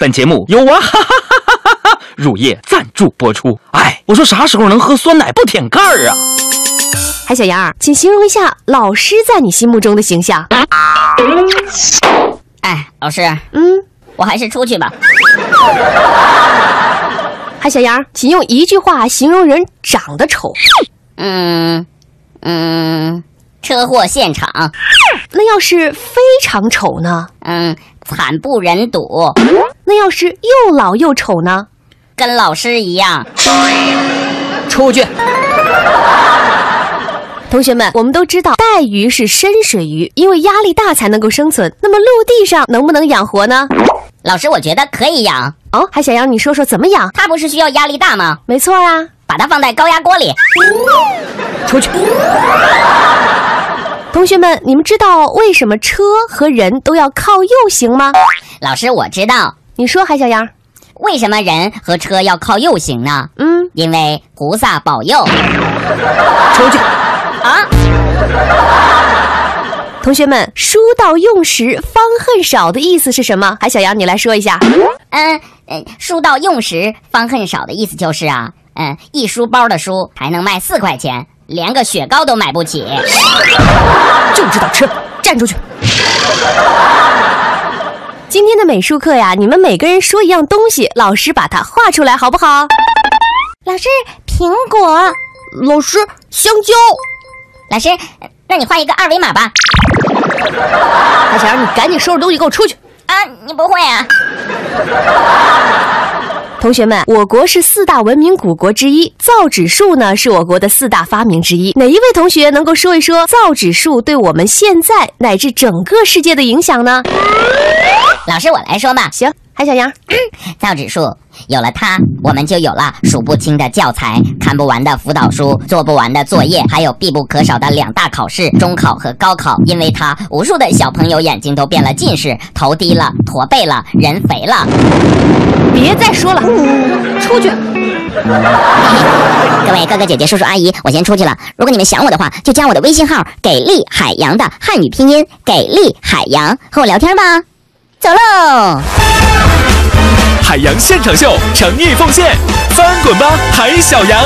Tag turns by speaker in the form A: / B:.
A: 本节目由娃哈哈哈哈哈哈乳业赞助播出。哎，我说啥时候能喝酸奶不舔盖儿啊？
B: 哎，小杨儿，请形容一下老师在你心目中的形象。
C: 哎，老师，
B: 嗯，
C: 我还是出去吧。
B: 哎，小杨儿，请用一句话形容人长得丑。
C: 嗯，嗯，车祸现场，
B: 那要是非常丑呢？
C: 嗯，惨不忍睹，
B: 那要是又老又丑呢？
C: 跟老师一样。
A: 出去！
B: 同学们，我们都知道带鱼是深水鱼，因为压力大才能够生存。那么陆地上能不能养活呢？
C: 老师，我觉得可以养，
B: 哦，还想让你说说怎么养？
C: 它不是需要压力大吗？
B: 没错啊，
C: 把它放在高压锅里。
A: 出去！
B: 同学们，你们知道为什么车和人都要靠右行吗？
C: 老师，我知道
B: 你说，还小杨？
C: 为什么人和车要靠右行呢？
B: 嗯，
C: 因为菩萨保佑。
A: 出去！
C: 啊，
B: 同学们，书到用时方恨少的意思是什么？还小杨，你来说一下。
C: 嗯，呃书到用时方恨少的意思就是啊，嗯，一书包的书还能卖四块钱，连个雪糕都买不起。
A: 就知道吃，站出去！
B: 今天的美术课呀，你们每个人说一样东西，老师把它画出来，好不好？
C: 老师，苹果。
B: 老师，香蕉。
C: 老师，呃那你画一个二维码吧。
B: 还小杨，你赶紧收拾东西，给我出去。
C: 啊，你不会啊？
B: 同学们，我国是四大文明古国之一，造纸术呢是我国的四大发明之一。哪一位同学能够说一说造纸术对我们现在乃至整个世界的影响呢？
C: 老师，我来说吧。
B: 行，还小杨，
C: 造纸术有了它，我们就有了数不清的教材、看不完的辅导书、做不完的作业，还有必不可少的两大考试——中考和高考。因为它，无数的小朋友眼睛都变了近视，头低了，驼背了，人肥了。
B: 别再说了，出去。
C: 各位哥哥姐姐、叔叔阿姨，我先出去了。如果你们想我的话，就加我的微信号“给力海洋”的汉语拼音“给力海洋”，和我聊天吧。走喽。
D: 海洋现场秀，诚意奉献，翻滚吧，海小羊！